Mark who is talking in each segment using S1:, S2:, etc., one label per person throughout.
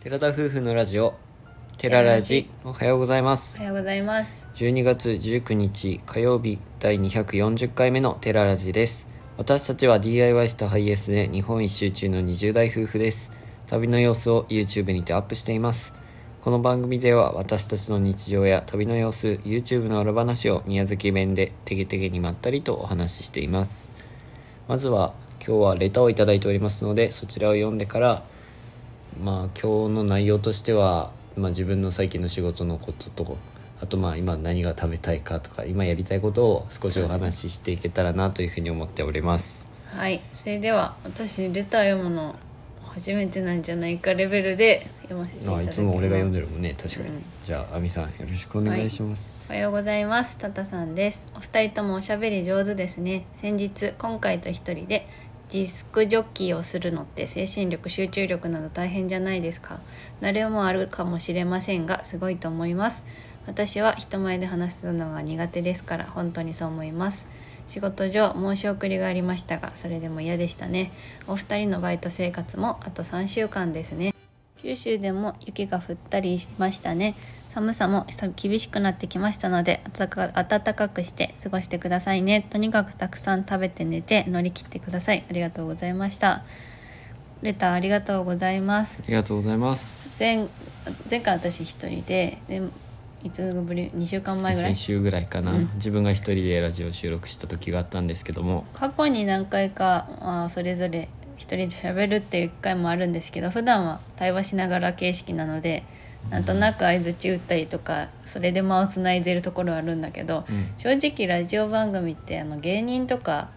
S1: 寺田夫婦のラジオテララジおはようございます
S2: おはようございます。
S1: 12月19日火曜日第240回目のテララジです私たちは DIY したハイエースで日本一周中の20代夫婦です旅の様子を YouTube にてアップしていますこの番組では私たちの日常や旅の様子 YouTube の裏話を宮崎弁でてげてげにまったりとお話ししていますまずは今日はレターをいただいておりますのでそちらを読んでからまあ今日の内容としては、まあ、自分の最近の仕事のこととあとまあ今何が食べたいかとか今やりたいことを少しお話ししていけたらなというふうに思っております。
S2: はい、それでは私レター読むの初めてなんじゃないかレベルで読ませていただき
S1: あ
S2: ます。
S1: いつも俺が読んで
S2: る。
S1: るもんね確かに、
S2: うん
S1: じゃあ亜美さんよろしくお願いします。
S2: おはようございます。タタさんです。お二人ともおしゃべり上手ですね。先日今回と一人でディスクジョッキーをするのって精神力集中力など大変じゃないですか慣れもあるかもしれませんがすごいと思います私は人前で話すのが苦手ですから本当にそう思います仕事上申し送りがありましたがそれでも嫌でしたねお二人のバイト生活もあと3週間ですね九州でも雪が降ったりしましたね寒さも厳しくなってきましたので暖か暖かくして過ごしてくださいねとにかくたくさん食べて寝て乗り切ってくださいありがとうございましたレターありがとうございます
S1: ありがとうございます。
S2: 前前回私一人ででいつぶり2週間前ぐら
S1: 先
S2: い
S1: 週ぐらいかな、
S2: うん
S1: 自分が一人でラジオ収録した時があったんですけども
S2: 過去に何回か、まあ、それぞれ一人で喋るっていう回もあるんですけど普段は対話しながら形式なのでなんとなく相づち打ったりとかそれで間をつないでるところはあるんだけど、
S1: うん
S2: 正直ラジオ番組ってあの芸人とか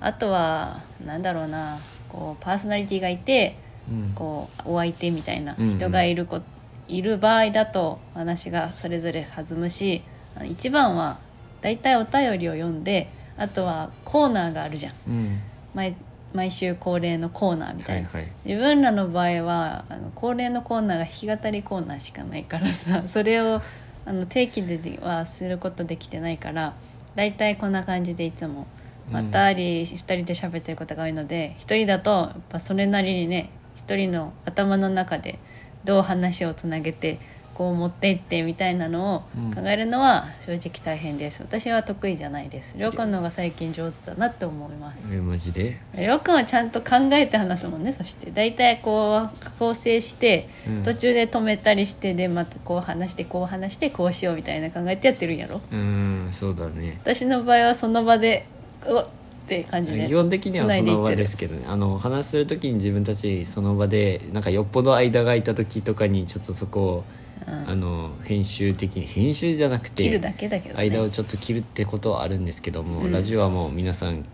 S2: あとはなんだろうなこうパーソナリティがいて
S1: うん
S2: こうお相手みたいな
S1: うんうん
S2: 人がいるこ、いる場合だと話がそれぞれ弾むしあの一番はだいたいお便りを読んであとはコーナーがあるじゃん
S1: うん
S2: 毎毎週恒例のコーナーみた
S1: はいい
S2: な。
S1: はい
S2: 自分らの場合はあの恒例のコーナーが弾き語りコーナーしかないからさ それをあの定期ではすることできてないからだいたいこんな感じでいつも
S1: うん
S2: またり2人で喋ってることが多いので1人だとやっぱそれなりにね1人の頭の中でどう話をつなげてこう持っていってみたいなのを
S1: うん
S2: 考えるのは正直大変です、私は得意じゃないですりょうくんの方が最近上手だなって思います
S1: えマジで、
S2: りょうくんはちゃんと考えて話すもんねそして大体こう構成して
S1: うん
S2: 途中で止めたりしてでまたこう話してこう話してこうしようみたいな考えてやってるんやろ
S1: うんそうだね
S2: 私の場合はその場でうわっって感じで
S1: 基本的にはその場です
S2: つ
S1: けどねあの話する時に自分たちその場でなんかよっぽど間が空いた時とかにちょっとそこを、
S2: ないでいってるうん
S1: あの編集的に編集じゃなくて
S2: 切るだけだけど、ね、
S1: 間をちょっと切るってことはあるんですけども、
S2: うん
S1: ラジオはもう皆さん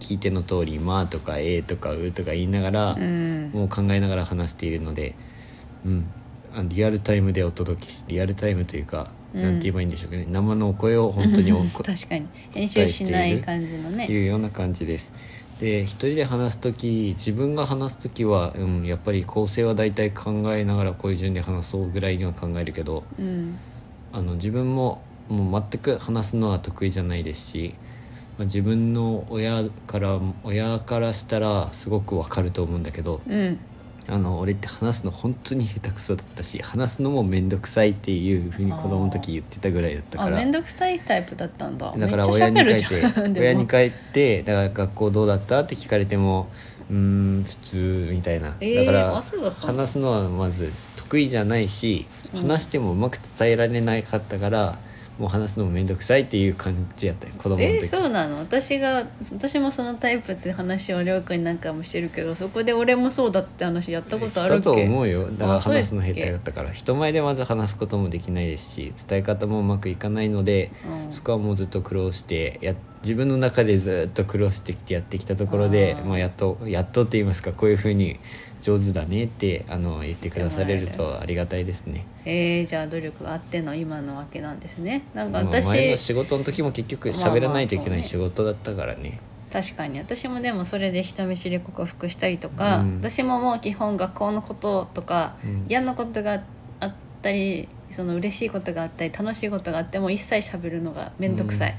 S1: 聞いての通り「まあ」とか「えー」とか「う」とか言いながら
S2: う、ん
S1: もう考えながら話しているので、うん、あのリアルタイムでお届けしリアルタイムというか、
S2: うん
S1: なんて言えばいいんでしょうかね生のお声を本当にお
S2: 確かに編集しない感じの
S1: って
S2: ね
S1: いうような感じです。で一人で話す時自分が話す時は、うん、やっぱり構成は大体考えながらこういう順で話そうぐらいには考えるけど
S2: うん
S1: あの自分ももう全く話すのは得意じゃないですし、まあ自分の親から親からしたらすごくわかると思うんだけど
S2: うん
S1: あの俺って話すの本当に下手くそだったし話すのも面倒くさいっていうふうに子供の時言ってたぐらいだった
S2: あ
S1: から
S2: 面倒くさいタイプだったんだ
S1: だから
S2: めっち
S1: 親
S2: ゃ
S1: に
S2: 喋
S1: 帰
S2: る
S1: っ
S2: じゃん
S1: て
S2: でも
S1: 親に帰ってだから学校どうだったって聞かれてもうーん普通みたいな、
S2: えー
S1: だか
S2: あ
S1: ら
S2: そうだったんだ
S1: 話すのはまず得意じゃないし
S2: うん
S1: 話してもうまく伝えられなかったから、もう話すのも面倒くさいっていう感じやったよ子供の時、
S2: えーそうなの私が私もそのタイプって話をりょうくんなんかもしてるけどそこで俺もそうだって話やったことあるっけ
S1: したと思うよだから
S2: あそうで
S1: 話
S2: す
S1: す
S2: っ
S1: の
S2: け
S1: 下手だったから人前でまず話すこともできないですし伝え方もうまくいかないので、
S2: うん
S1: そこはもうずっと苦労してや自分の中でずっと苦労してきてやってきたところで
S2: あー
S1: まあ、やっとやっとって言いますかこういうふうに上手だねってあの言ってくだされるとありがたいですね。
S2: えーじゃあ努力があっての今のわけなんですねなんか
S1: まあ前の
S2: 私
S1: 仕事の時も結局
S2: まあまあ
S1: 喋らないといけな
S2: そう
S1: い
S2: ね
S1: 仕事だったからね。
S2: 確かに私もでもそれで人見知り克服したりとか、
S1: うん
S2: 私ももう基本学校のこととか、
S1: うん
S2: 嫌なことがあったりその嬉しいことがあったり楽しいことがあっても一切喋るのが面倒くさい、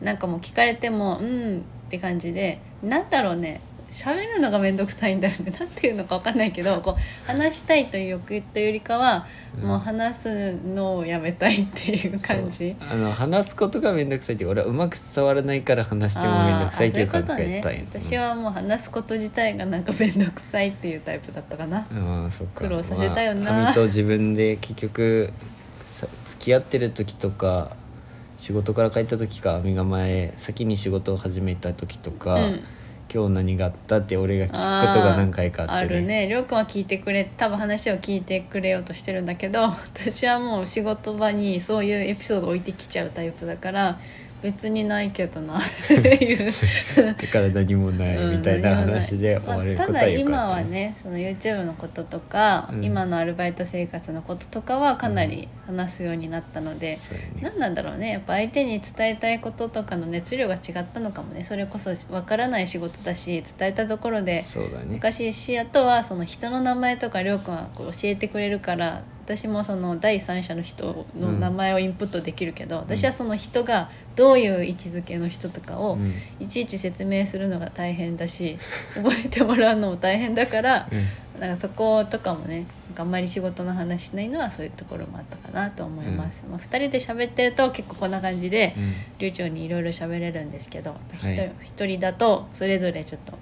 S2: なんかもう聞かれてもうんって感じでなんだろうね喋るのが面倒くさいんだよね なんていうのかわかんないけ どこう話したいという欲言ったよりかは、
S1: うん
S2: もう話すのをやめたいっていう感じ
S1: そうあの話すことがめんどくさいって俺はうまく伝わらないから話してもめんどくさいっていう感覚
S2: あーあ
S1: やったん
S2: そうい
S1: や
S2: うことね私はもう話すこと自体がなんか面倒くさいっていうタイプだったかな、
S1: うんうんそっか
S2: 苦労させたよな
S1: まあ紙と自分で結局さ付き合ってる時とか仕事から帰った時か網が前先に仕事を始めた時とか、
S2: うん
S1: 今日何があったって俺が聞くことが何回かあ
S2: あ
S1: っ
S2: ー
S1: て
S2: るねりょうくんは聞いてくれ多分話を聞いてくれようとしてるんだけど 私はもう仕事場にそういうエピソード置いてきちゃうタイプだから別にないけどな っていう。
S1: だから何もない
S2: うん
S1: みたいな話で終われることはよかった,、
S2: まあ、ただ今はねその YouTube のこととか、
S1: うん
S2: 今のアルバイト生活のこととかはかなり話すようになったので、
S1: そうやね
S2: 何なんだろうねやっぱ相手に伝えたいこととかの熱量が違ったのかもねそれこそ分からない仕事だし伝えたところで
S1: そうだね
S2: 難しいしあとはその人の名前とかりょうくんはこう教えてくれるから私もその第三者の人の名前をインプットできるけど、私はその人がどういう位置づけの人とかを
S1: うん
S2: いちいち説明するのが大変 だし覚えてもらうのも大変だから
S1: うん
S2: なんかそことかもねなんかあんまり仕事の話しないのはそういうところもあったかなと思います。まあ、2人で喋ってると結構こんな感じで、
S1: うん
S2: 流暢にいろいろ喋れるんですけど一、
S1: はい
S2: 人一人だとそれぞれちょっと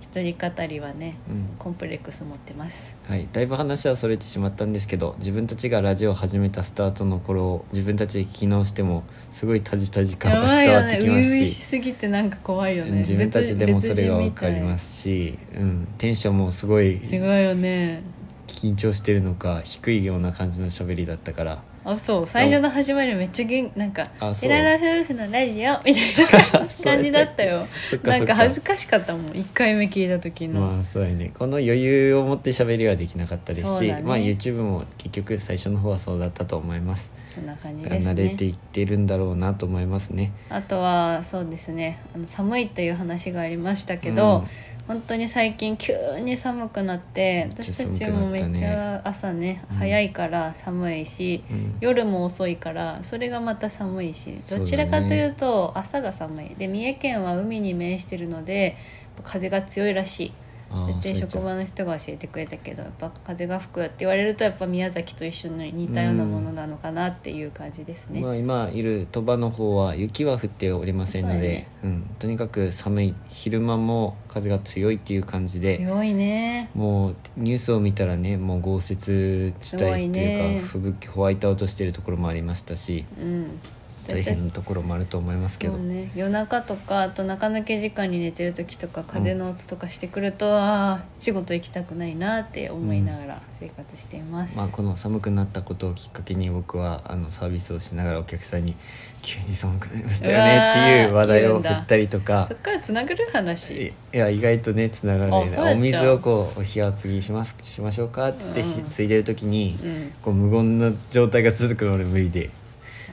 S2: 一人語りはね
S1: うん
S2: コンプレックス持ってます。
S1: はい、だいぶ話はそれてしまったんですけど自分たちがラジオを始めたスタートの頃を自分たちで聞き直してもすごいタジタジ感
S2: や
S1: が
S2: ばい
S1: 伝
S2: よ
S1: わって
S2: ね。
S1: き
S2: 初
S1: ます
S2: 々し
S1: し、
S2: すぎてなんか怖いよ
S1: うん
S2: ね。
S1: 自分たちでも
S2: 別
S1: それが
S2: 別人
S1: 分
S2: みた
S1: か
S2: い
S1: りますし、うん、テンションもすごい
S2: すごいよね。
S1: 緊張してるのか低いような感じの喋りだったから
S2: あそう最初の始まりめっちゃ元なんか
S1: あ
S2: 「
S1: そ
S2: テ
S1: う
S2: ララ夫婦のラジオ」みたいな
S1: そうやったっけ
S2: 感じだったよ。
S1: そっか
S2: な
S1: そ
S2: ん
S1: っ
S2: か
S1: か
S2: 恥ずかしかったもん1回目聞いた時の。
S1: まあそうやねこの余裕を持って喋りはできなかったです
S2: そう
S1: し、
S2: だね
S1: まあ YouTube も結局最初の方はそうだったと思います
S2: そんな感じ
S1: だ
S2: で
S1: から
S2: す
S1: 慣れて
S2: ね。
S1: いってるんだろうなと思いますね
S2: あとはそうですねあの寒いという話がありましたけど、
S1: うん
S2: 本当に最近急に寒くなって
S1: めっちゃ
S2: 私た
S1: 寒くなった
S2: ち
S1: ね
S2: もめっちゃ朝ね
S1: うん
S2: 早いから寒いし、
S1: うん
S2: 夜も遅いからそれがまた寒いし
S1: そうだね
S2: どちらかというと朝が寒いで三重県は海に面してるので風が強いらしい
S1: ああ
S2: 絶対
S1: そうやっちゃ
S2: 職
S1: う
S2: 場の人が教えてくれたけどやっぱ風が吹くよって言われるとやっぱ宮崎と一緒に似たようなものなのかなっていう感じですね。
S1: まあ、今いる鳥羽の方は雪は降っておりませんのでう、
S2: そうやね
S1: ん、とにかく寒い昼間も風が強いっていう感じで
S2: 強いね
S1: もうニュースを見たらねもう豪雪地帯っていうか
S2: すごいね
S1: 吹雪ホワイトアウトしてるところもありましたし
S2: うん
S1: 大
S2: 私たち
S1: 変なところもあると思いますけど、
S2: そうね、夜中とかあと中抜け時間に寝てる時とか風の音とかしてくると、ああ仕事行きたくないなって思いながら生活しています、
S1: まあ、この寒くなったことをきっかけに僕はあのサービスをしながらお客さんに「急に寒くなりましたよ
S2: うわ
S1: ね」
S2: ー
S1: っていう話題
S2: 言う
S1: を
S2: ん
S1: 振
S2: だ
S1: ったりとか
S2: そっからつなぐる話
S1: いや意外とねつながる
S2: あ
S1: ね
S2: そうや
S1: お
S2: っちゃう
S1: 水をこう「お火厚ぎしますしましょうか」って言ってひ、
S2: うん
S1: ついでる時に、
S2: うん
S1: こう無言の状態が続くの俺無理で「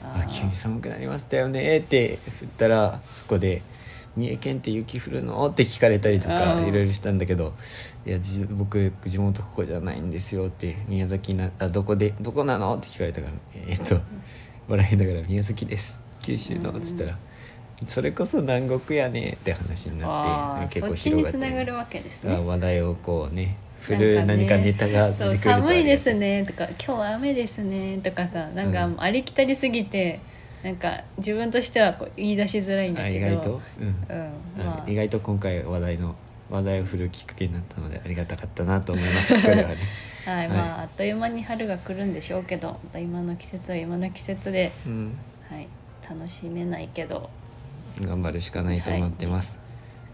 S2: あー
S1: あ急に寒くなりましたよね」って振ったらそこで「三重県って雪降るの?」って聞かれたりと
S2: あ
S1: か
S2: ー
S1: いろいろしたんだけど「いやじ僕地元ここじゃないんですよ」って「宮崎なあどこでどこなの?」って聞かれたから「えーっと笑いながら宮崎です九州の」っつったら「それこそ南国やね」って話にな
S2: あ
S1: って結
S2: ーそ
S1: 構
S2: っちに
S1: 広がっ
S2: つなが
S1: て
S2: る。わけです
S1: あ
S2: ね
S1: 話題をこうね振る
S2: なん
S1: 何
S2: か
S1: か
S2: ね
S1: ネタが出てく
S2: そ
S1: るとあ
S2: う
S1: りがた
S2: 寒いですねとか今日は雨ですねとかさなんか
S1: うん
S2: ありきたりすぎて、なんか自分としてはこう言い出しづらいんだ
S1: あ
S2: け
S1: 意
S2: ど
S1: 外と、うん
S2: うんまあ、
S1: 意外と今回話題の話題を振るきっかけになったのでありがたかったなと思い ますこれはね
S2: はい、
S1: はい
S2: まああっという間に春が来るんでしょうけど、また今の季節は今の季節で、
S1: うん
S2: はい、楽しめないけど、
S1: 頑張るしかないと思ってます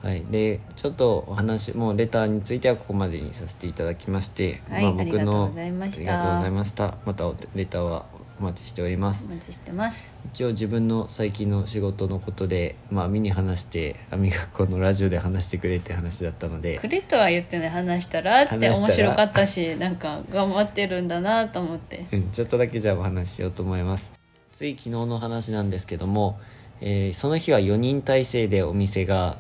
S1: はい、でちょっとお話もうレターについてはここまでにさせていただきまして、
S2: はい
S1: まあ
S2: あり
S1: 僕
S2: がとう
S1: の
S2: ございました
S1: ありがとうございましたまたおレターはお待ちしております
S2: お待ちしてます。
S1: 一応自分の最近の仕事のことで、まあ、ミに話してアミがこのラジオで話してくれって話だったので
S2: くれとは言ってね話したらって
S1: 話したら
S2: 面白かったし、なんか頑張ってるんだなと思って。
S1: うんちょっとだけじゃあお話ししようと思いますつい昨日の話なんですけども、えーその日は4人体制でお店が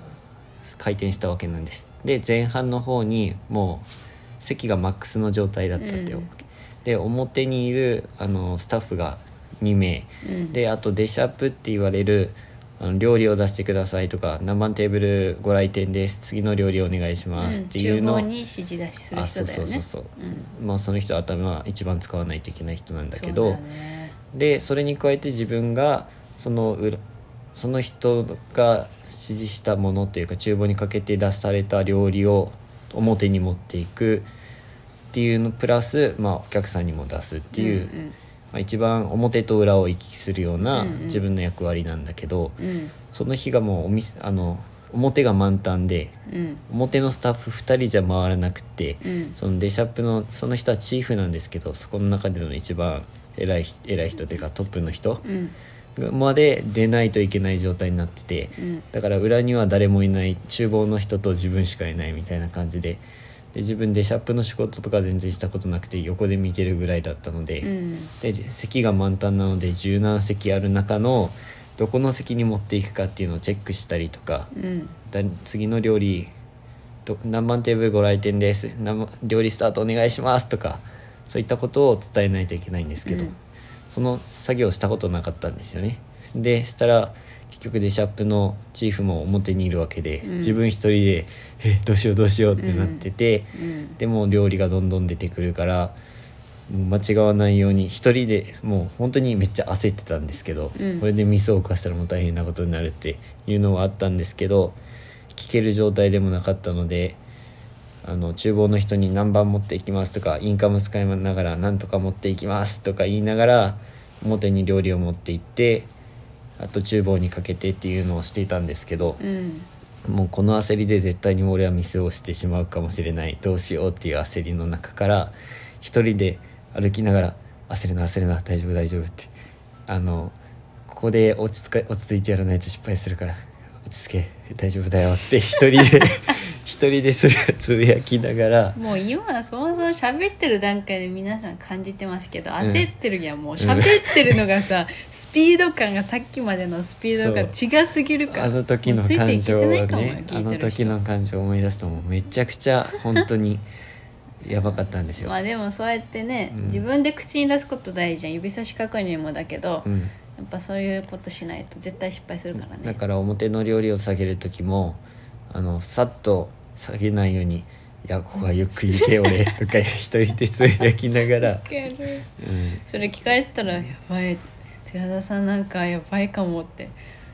S1: 開店したわけなんですで前半の方にもう席がマックスの状態だったってよ、
S2: うん
S1: で表にいるあのスタッフが2名
S2: うん、
S1: であとデシャプって言われるあの料理を出してくださいとか何番テーブルご来店です次の料理お願いしますっていうのを、
S2: うん、厨房に指示出しする
S1: あそ
S2: 人
S1: う
S2: だ
S1: そ
S2: よ
S1: うそう
S2: ね
S1: そう
S2: うん
S1: まあその人は頭は一番使わないといけない人なんだけ
S2: そ
S1: ど
S2: うだね
S1: でそれに加えて自分がその裏その人が指示したものというか厨房にかけて出された料理を表に持っていくっていうのプラス、まあ、お客さんにも出すっていう、
S2: うん
S1: まあ、一番表と裏を行き来するような
S2: うんうん
S1: 自分の役割なんだけど、
S2: うん
S1: その日がもうお店あの表が満タンで
S2: うん
S1: 表のスタッフ2人じゃ回らなくて。
S2: うん
S1: そのデシャップのその人はチーフなんですけどそこの中での一番偉い人偉い人というかトップの人
S2: うん
S1: まで出ないといけない状態になってて
S2: うん
S1: だから裏には誰もいない厨房の人と自分しかいないみたいな感じでで自分デシャップの仕事とか全然したことなくて横で見てるぐらいだったので。
S2: うん
S1: で席が満タンなので十何席ある中のどこの席に持っていくかっていうのをチェックしたりとか
S2: うん
S1: だ次の料理ど何番テーブルご来店です何番料理スタートお願いしますとかそういったことを伝えないといけないんですけど、
S2: うん
S1: その作業をしたことなかったんですよねでしたら結局デシャップのチーフも表にいるわけで、
S2: うん
S1: 自分一人で「えどうしようどうしよう」ってなってて、
S2: うん
S1: でもう料理がどんどん出てくるからもう間違わないように一人でもう本当にめっちゃ焦ってたんですけど、
S2: うん
S1: これでミスを犯したらもう大変なことになるっていうのはあったんですけど聞ける状態でもなかったのであの厨房の人に何番持っていきますとかインカム使いながら何とか持っていきますとか言いながら表に料理を持って行ってあと厨房にかけてっていうのをしていたんですけど。
S2: うん
S1: もうこの焦りで絶対に俺はミスをしてしまうかもしれないどうしようっていう焦りの中から一人で歩きながら「焦るな焦るな大丈夫大丈夫」ってあのここで落ち着か落ち着いてやらないと失敗するから落ち着け大丈夫だよって一人 で一人でそれをつぶやきながら
S2: もう今そもそも喋ってる段階で皆さん感じてますけど焦ってるにはもううん喋ってるの がさ、スピード感がさっきまでのスピードが違すぎるから
S1: あの時の
S2: ついて
S1: 感
S2: いけ
S1: 情を
S2: てないかもよ
S1: ねあ
S2: 聞い
S1: の
S2: てる
S1: 時
S2: 人
S1: の感情を思い出すともうめちゃくちゃ本当にやばかったんですよ
S2: ま。あでもそうやってね、
S1: うん
S2: 自分で口に出すこと大事じゃん指差し確認もだけど、
S1: うん
S2: やっぱそういうことしないと絶対失敗するから
S1: だ
S2: ね
S1: から表の料理を下げる時もあのさっと下げないように「いやここはゆっくりで 俺」とか一人でつぶやきながら、
S2: わかる
S1: うん、
S2: それ聞かれてたら「やばい寺田さんなんかやばいかも」って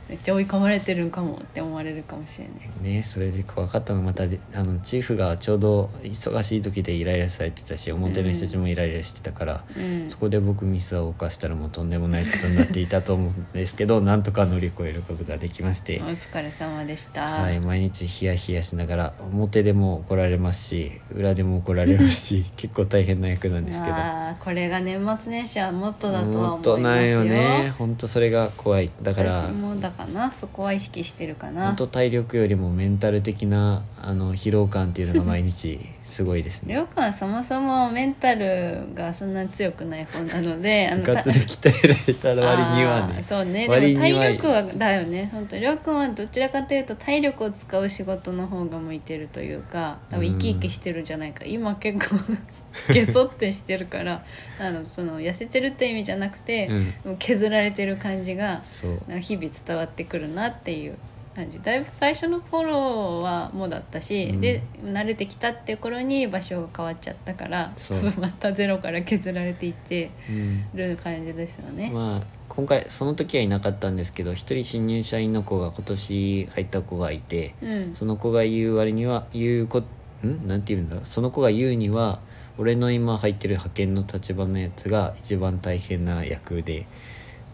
S2: めっちゃ追い込まれてるんかもって思われるかもしれない
S1: ねそれで怖かったのまたであのチーフがちょうど忙しい時でイライラされてたし表の人たちもイライラしてたから、
S2: うん
S1: そこで僕ミスを犯したらもうとんでもないことになっていたと思うんですけどなんとか乗り越えることができまして
S2: お。疲れ様でした。
S1: はい、毎日ヒヤヒヤしながら表でも怒られますし裏でも怒られます し結構大変な役なんですけど
S2: あーこれが年末年始はもっとだとは思い
S1: 本
S2: ますよ。
S1: 当なんよね本当それが怖いだから
S2: 私もだかな、そこは意識してるかな。
S1: 本当体力よりもメンタル的なあの疲労感っていう のが毎日すごいです
S2: りょ
S1: ね
S2: うくんはそもそもメンタルがそんな強くない方なの で、あ
S1: 部
S2: の
S1: 活で鍛えられたら割には
S2: あー
S1: ね
S2: そうね。で
S1: 割
S2: も
S1: には
S2: 体力はだよね。本当りょうくんはどちらかというと体力を使う仕事の方が向いてるというか、多分生き生きしてるんじゃないか。今結構 ゲソってしてるから、あのその痩せてるって意味じゃなくて。
S1: うん
S2: もう削られてる感じが
S1: そう
S2: なんか日々伝わってくるなっていう感じだいぶ最初の頃はもうだったし、
S1: うん
S2: で慣れてきたって頃に場所が変わっちゃったから多
S1: そう
S2: 分 またゼロから削られていって
S1: うん
S2: る感じですよね。
S1: まあ今回その時はいなかったんですけど一人新入社員の子が今年入った子がいて
S2: うん、
S1: その子が言う割には言うこんなんて言うんだその子が言うには俺の今入ってる派遣の立場のやつが一番大変な役で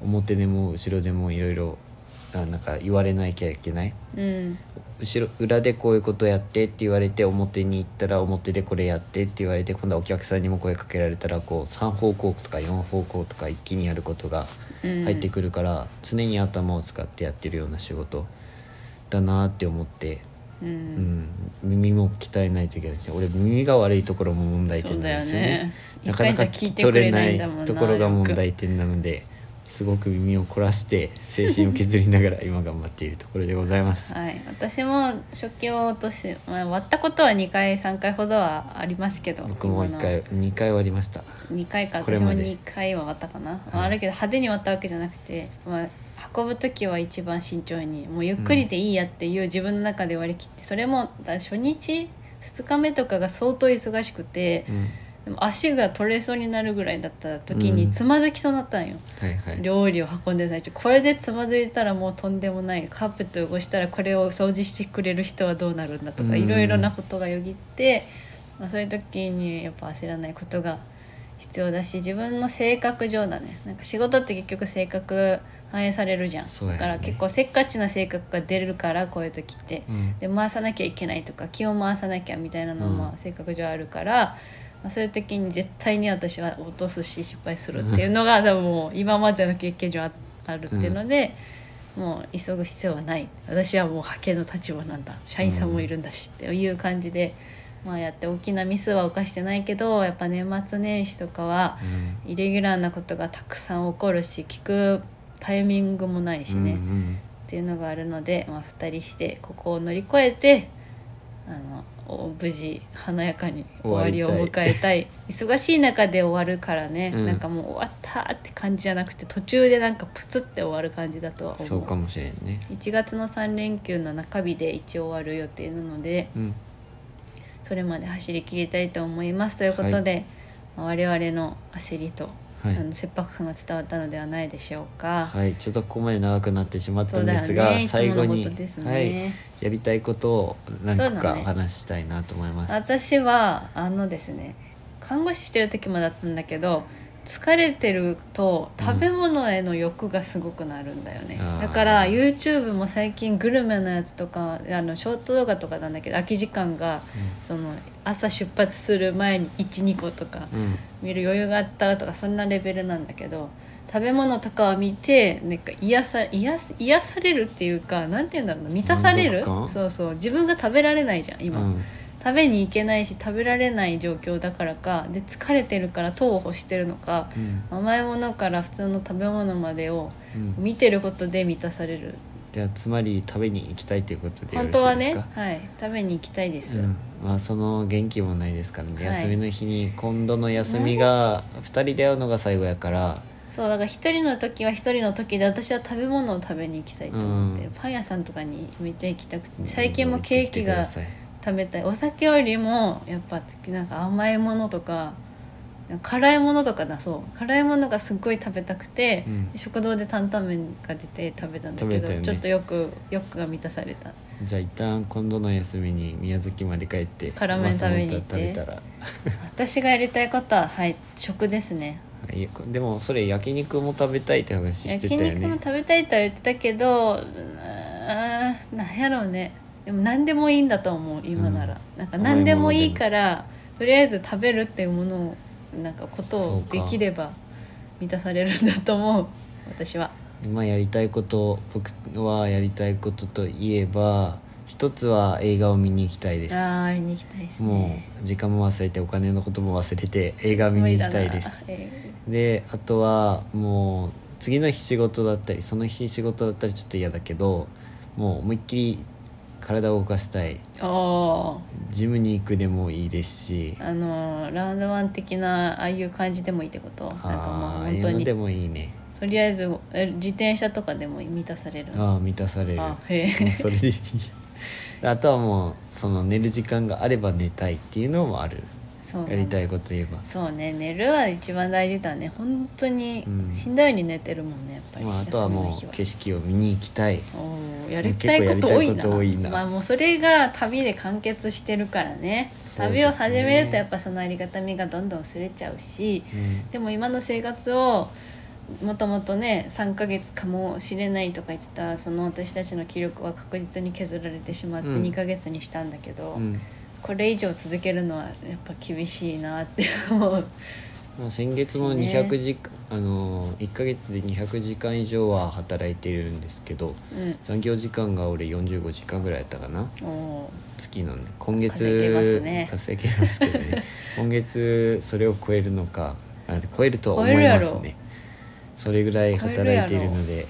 S1: 表でも後ろでもいろいろあなんか言われなきゃいけない
S2: うん
S1: 後ろ裏でこういうことやってって言われて表に行ったら表でこれやってって言われて今度はお客さんにも声かけられたらこう3方向とか4方向とか一気にやることが
S2: うん、
S1: 入ってくるから常に頭を使ってやってるような仕事だなって思って
S2: うん
S1: うん、耳も鍛えないといけないし俺耳が悪いところも問題
S2: そ
S1: 点
S2: う
S1: な
S2: だ
S1: んで
S2: よ
S1: すよね
S2: ね。
S1: なかなか
S2: 一
S1: 聞
S2: 回じゃ聞い
S1: き
S2: てく
S1: 取
S2: れ
S1: れ
S2: な
S1: ない
S2: ん
S1: い
S2: だもんな
S1: ところが問題点なのですごく耳を凝らして精神を削りながら 今頑張っているところでございます。
S2: はい、私も食器を落として、まあ、割ったことは2回3回ほどはありますけど
S1: 僕も
S2: 今
S1: 1
S2: の
S1: 回2回割りました
S2: 2回か
S1: これ
S2: 私も
S1: まで
S2: 2回は割ったかな、
S1: うん
S2: あるけど派手に割ったわけじゃなくて、まあ、運ぶ時は一番慎重にもうゆっくりでいいやっていう自分の中で割り切ってそれもだ初日2日目とかが相当忙しくて
S1: うん
S2: でも足が取れそうになるぐらいだった時に
S1: うん
S2: つまずきそうになったんよ、
S1: はいはい
S2: 料理を運んでる最中これでつまずいたらもうとんでもないカーペット汚したらこれを掃除してくれる人はどうなるんだと
S1: う
S2: か
S1: ん
S2: いろいろなことがよぎって、まあ、そういう時にやっぱ焦らないことが必要だし自分の性格上だねなんか仕事って結局性格反映されるじゃん
S1: そうやね
S2: だから結構せっかちな性格が出るからこういう時って。
S1: うん
S2: で回さなきゃいけないとか気を回さなきゃみたいなのも
S1: うん
S2: 性格上あるから、まあ、そういう時に絶対に私は落とすし失敗するっていうのが多分もう今までの経験上ああるっていうので、もう急ぐ必要はない私はもう派遣の立場なんだ社員さんもいるんだしっていう感じで、まあ、やって大きなミスは犯してないけどやっぱ年末年始とかは
S1: うん
S2: イレギュラーなことがたくさん起こるし聞くタイミングもないしね。
S1: うんうん
S2: っていうのがあるので、まあ、2人してここを乗り越えてあのお無事華やかに終わりを
S1: 終わ
S2: 迎
S1: りた
S2: えたい忙しい中で終わるからね、
S1: うん
S2: なんかもう終わったって感じじゃなくて途中でなんかプツって終わる感じだとは
S1: そ
S2: 思う
S1: うかもしれんね
S2: 1月の3連休の中日で一応終わる予定なので
S1: うん
S2: それまで走り切りたいと思いますということで、まあ我々の焦りと、
S1: はい
S2: あの切迫感が伝わったのではないでしょうか。
S1: はいちょっとここまで長くなってしまったんです
S2: そう
S1: が、
S2: だよね
S1: 最後に
S2: いつものことですね
S1: はいやりたいことを何個
S2: そうだ
S1: か
S2: ね
S1: お話ししたいなと思います、
S2: 私はあのですね看護師してる時もだったんだけど疲れてると食べ物への欲がすごくなるんだよね、
S1: あー
S2: だから YouTube も最近グルメのやつとかあのショート動画とかなんだけど空き時間がその朝出発する前に12個とか
S1: うん
S2: 見る余裕があったらとかそんなレベルなんだけど食べ物とかを見てなんか癒さ癒す癒されるっていうかなんて言うんだろうな満たされる
S1: 満足感
S2: そうそう自分が食べられないじゃん今。
S1: うん
S2: 食べに行けないし食べられない状況だからかで疲れてるから糖を欲してるのか
S1: うん
S2: 甘いものから普通の食べ物までを
S1: うん、
S2: 見てることで満たされる
S1: じゃあつまり食べに行きたいということでよろしい
S2: 本当は
S1: です
S2: ね
S1: か
S2: はい食べに行きたいです、
S1: うんまあ、その元気もないですからね、
S2: はい
S1: 休みの日に今度の休みが2人で会うのが最後やから
S2: そうだから一人の時は一人の時で私は食べ物を食べに行きたいと思ってる、
S1: うん
S2: パン屋さんとかにめっちゃ行きたくて最近もケーキ
S1: 行
S2: が
S1: ってきてください
S2: 食べたいお酒よりもやっぱなんか甘いものとか辛いものとかだそう辛いものがすっごい食べたくて、
S1: うん
S2: 食堂で担々麺が出て食べたんだけ
S1: 食べ
S2: ど、
S1: たよね
S2: ちょっとよく欲が満たされた
S1: じゃあ一旦今度の休みに宮崎まで帰って
S2: 辛麺食べに行って
S1: うまそうなもの食べたら
S2: 私がやりたいことははい食ですね
S1: いやでもそれ焼肉も食べたいって話して
S2: 焼
S1: たよ
S2: 肉も
S1: ね
S2: 食べたいとは言ってたけどうーんなんやろうねでも何でもいいんだと思う今なら、なんか何でもいいからとりあえず食べるっていうものをなんかことを
S1: そう
S2: で
S1: か
S2: きれば満たされるんだと思う私は
S1: 今やりたいこと僕はやりたいことといえば一つは映画を見に行きたいです
S2: あー見に行きたいですね
S1: もう時間も忘れてお金のことも忘れて映画見に行きたいです
S2: 無理だなえ
S1: であとはもう次の日仕事だったりその日仕事だったりちょっと嫌だけどもう思いっきり体を動かしたい
S2: ーあー
S1: ジムに行くでもいいですし
S2: あのーラウンドワン的なああいう感じでもいいってことなんかまあ
S1: ああ
S2: 本
S1: いう
S2: 当
S1: の
S2: に
S1: でもいいね
S2: とりあえずえ自転車とかでも満たされる
S1: ああ満たされる
S2: あへえ
S1: もうそれでいいあとはもうその寝る時間があれば寝たいっていうのもある
S2: そう
S1: やりた
S2: い
S1: いこと言えば
S2: そうね寝るは一番大事だね本当に
S1: うん
S2: 死んだように寝てるもんねやっぱり、
S1: まあ、あとはもう
S2: 休みの日
S1: 景色を見に行きたい
S2: おーやりたいこと多
S1: 結構やり
S2: いな
S1: たいこと多いな
S2: まあもうそれが旅で完結してるからね
S1: そうですね
S2: 旅を始めるとやっぱそのありがたみがどんどん薄れちゃうし
S1: うん
S2: でも今の生活をもともとね3ヶ月かもしれないとか言ってたその私たちの気力は確実に削られてしまって
S1: うん
S2: 2ヶ月にしたんだけど、
S1: うん
S2: これ以上続けるのはやっぱ厳しいなって思う
S1: まあ、先月も
S2: ですね
S1: 200時間、あの1ヶ月で200時間以上は働いてるんですけど
S2: う、
S1: 残業時間が俺45時間ぐらいやったかなん
S2: お
S1: 月のね今月
S2: 稼げますね
S1: 稼げますけど ね今月それを超えるのかあ超えるとは思い
S2: 超えるや
S1: ま
S2: ろ
S1: すねそれぐらい働いているので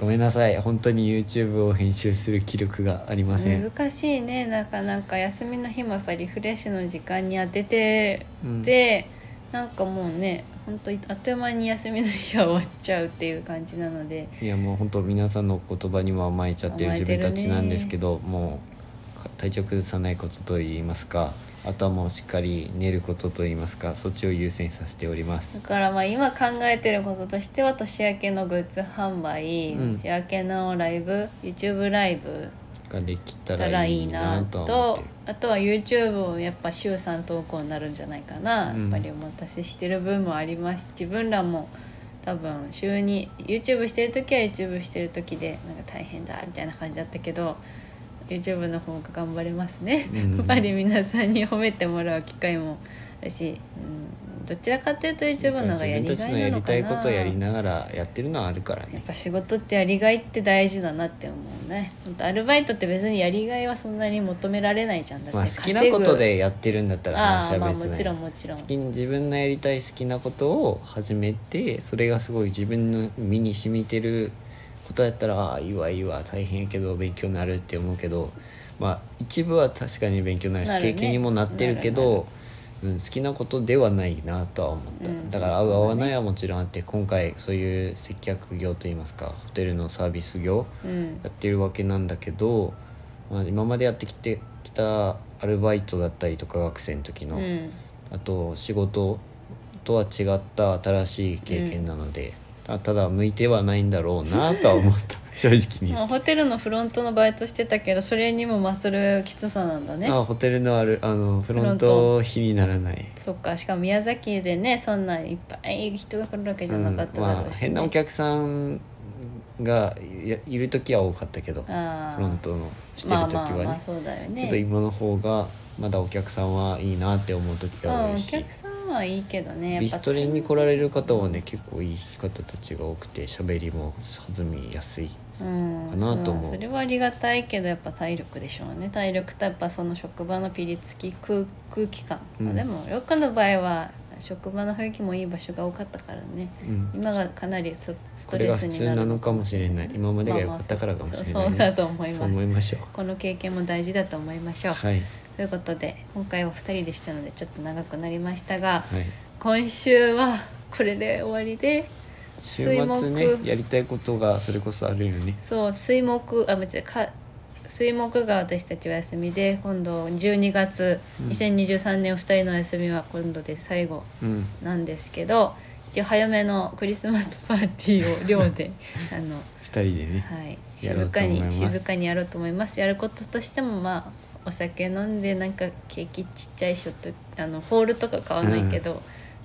S1: ごめんなさい本当に YouTube を編集する気力がありません
S2: 難しいねなかなか休みの日もやっぱりリフレッシュの時間に当てて
S1: うん
S2: でなんかもうね本当あっという間に休みの日が終わっちゃうっていう感じなので
S1: いやもう本当皆さんのお言葉にも甘えちゃってる
S2: 甘え
S1: 自
S2: てる
S1: 分
S2: ね
S1: たちなんですけどもうか体調崩さないことといいますかあとはもうしっかり寝ることといいますかそっちを優先させておりま
S2: だ
S1: す
S2: からまあ今考えてることとしては年明けのグッズ販売、
S1: うん
S2: 年明けのライブ YouTube ライブ
S1: ができた
S2: だった
S1: ら
S2: ら
S1: い
S2: い
S1: い
S2: い
S1: な
S2: な
S1: と
S2: と
S1: は思ってる
S2: あとは YouTube をやっぱ週3投稿になるんじゃないかな、
S1: うん
S2: やっぱりお待たせしてる分もありますし自分らも多分週に YouTube してる時は YouTube してる時でなんか大変だみたいな感じだったけど YouTube の方が頑張れますね、
S1: うん
S2: やっぱり皆さんに褒めてもらう機会もあるし、うん、どちらかというと YouTube の方がやりが
S1: 自分たちのや
S2: いな
S1: り
S2: のか
S1: た
S2: ない
S1: ことをやりながらやってるのはあるから
S2: やっ
S1: ね
S2: ぱ仕事ってやりがいって大事だなって思うねほんとアルバイトって別にやりがいはそんなに求められないじゃんだって
S1: まあ好きなことでやってるんだったら話
S2: あ
S1: は
S2: あまあ
S1: 別
S2: もちろん
S1: に
S2: もちろん
S1: 好きに自分のやりたい好きなことを始めてそれがすごい自分の身に染みてることやったらああいいわいいわ大変やけど勉強になるって思うけどまあ一部は確かに勉強になるし
S2: なる
S1: 経
S2: ね
S1: 験にもなってるけ
S2: なるな
S1: どうん、好きなことではないなとは思った、
S2: うん
S1: だから合う合わないはもちろんあって今回そういう接客業といいますかホテルのサービス業
S2: うん
S1: やってるわけなんだけど、まあ、今までやってきてきたアルバイトだったりとか学生の時
S2: う
S1: の、
S2: ん
S1: あと仕事とは違った新しい経験なので、たただ向いてはないんだろうなとは思った 正直に。
S2: まあホテルのフロントのバイトしてたけどそれにも勝るきつさなんだね
S1: あホテルのあるあのフロント比にならない、
S2: そっかしかも宮崎でねそんないっぱい人が来るわけじゃなかった
S1: うん
S2: だ
S1: ま
S2: ろ
S1: あ、
S2: うし、ね
S1: 変なお客さんがいいる時は多かったけどフ
S2: ああ
S1: ロントのしてる時はね、
S2: まあまあまあそうだよ
S1: けど
S2: ね
S1: 今の方がまだお客さんはいいなって思う時
S2: う
S1: が
S2: ん
S1: 多
S2: お
S1: いし、
S2: 客さんはいいけどねやっぱ
S1: ビストリに来られる方はね結構いい方たちが多くて喋りも弾みやすい
S2: うん
S1: かなと思う
S2: そそれはありがたいけどやっぱ体力でしょうね体力とやっぱその職場のピリつき空空気感、
S1: うん
S2: でもよくの場合は職場の雰囲気もいい場所が多かったからね
S1: うん
S2: 今がかなりスス
S1: こ
S2: ト
S1: れ
S2: レ
S1: が普
S2: スに
S1: 通
S2: なる
S1: なのかもしれない今までが良
S2: まあ
S1: か
S2: ま
S1: っ
S2: あ
S1: たからかもしれないね、
S2: そうそうだと思い
S1: そう
S2: ます
S1: 思いましょ
S2: この経験も大事だと思いましょ
S1: う
S2: う、
S1: はい
S2: ということで今回は2人でしたのでちょっと長くなりましたが
S1: はい
S2: 今週はこれで終わりで
S1: 週
S2: 水
S1: 末ね
S2: 木
S1: やりたいことがそれこそあるよね
S2: そう水木あ間違えたか水木が私たちお休みで今度12月、
S1: うん
S2: 2023年2人のお休みは今度で最後
S1: うん
S2: なんですけど一応早めのクリスマスパーティーを寮 であの、
S1: 二人でね
S2: はい、
S1: やろう
S2: 静
S1: と
S2: か
S1: 思いま
S2: に
S1: す
S2: 静かにやろうと思いますやることとしてもまあお酒飲んでなんかケーキちっちゃいショットあのホールとか買わないけど、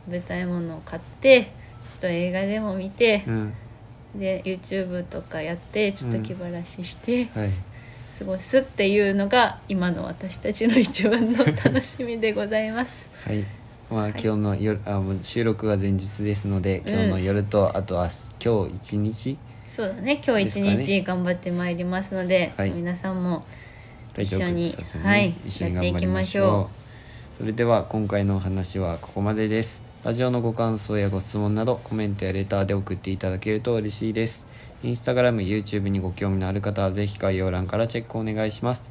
S2: 舞台物を買ってちょっと映画でも見て、
S1: うん
S2: で YouTube とかやってちょっと気晴らしして、
S1: はい
S2: 過ごすっていうのが今の私たちの一番の楽しみでござい ます。
S1: はいまあ、
S2: はい
S1: 今日の夜あもう収録が前日ですので
S2: うん
S1: 今日の夜と、あとは今日一日
S2: そうだね今日一
S1: ですかね
S2: 日頑張ってまいりますので
S1: はい
S2: 皆さんも
S1: 体調
S2: 一緒に
S1: 崩さずに
S2: はい
S1: 一緒に
S2: やってい
S1: 頑張
S2: き
S1: りま
S2: ま
S1: し
S2: し
S1: ょう
S2: ょ
S1: それでは今回のお話はここまでですラジオのご感想やご質問などコメントやレターで送っていただけると嬉しいですインスタグラム YouTube にご興味のある方はぜひ概要欄からチェックお願いします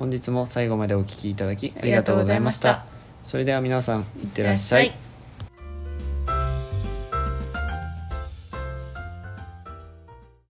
S1: 本日も最後までお聞きいただきありがとうございました
S2: ありがとうございま
S1: それでは皆さんいってらっしゃい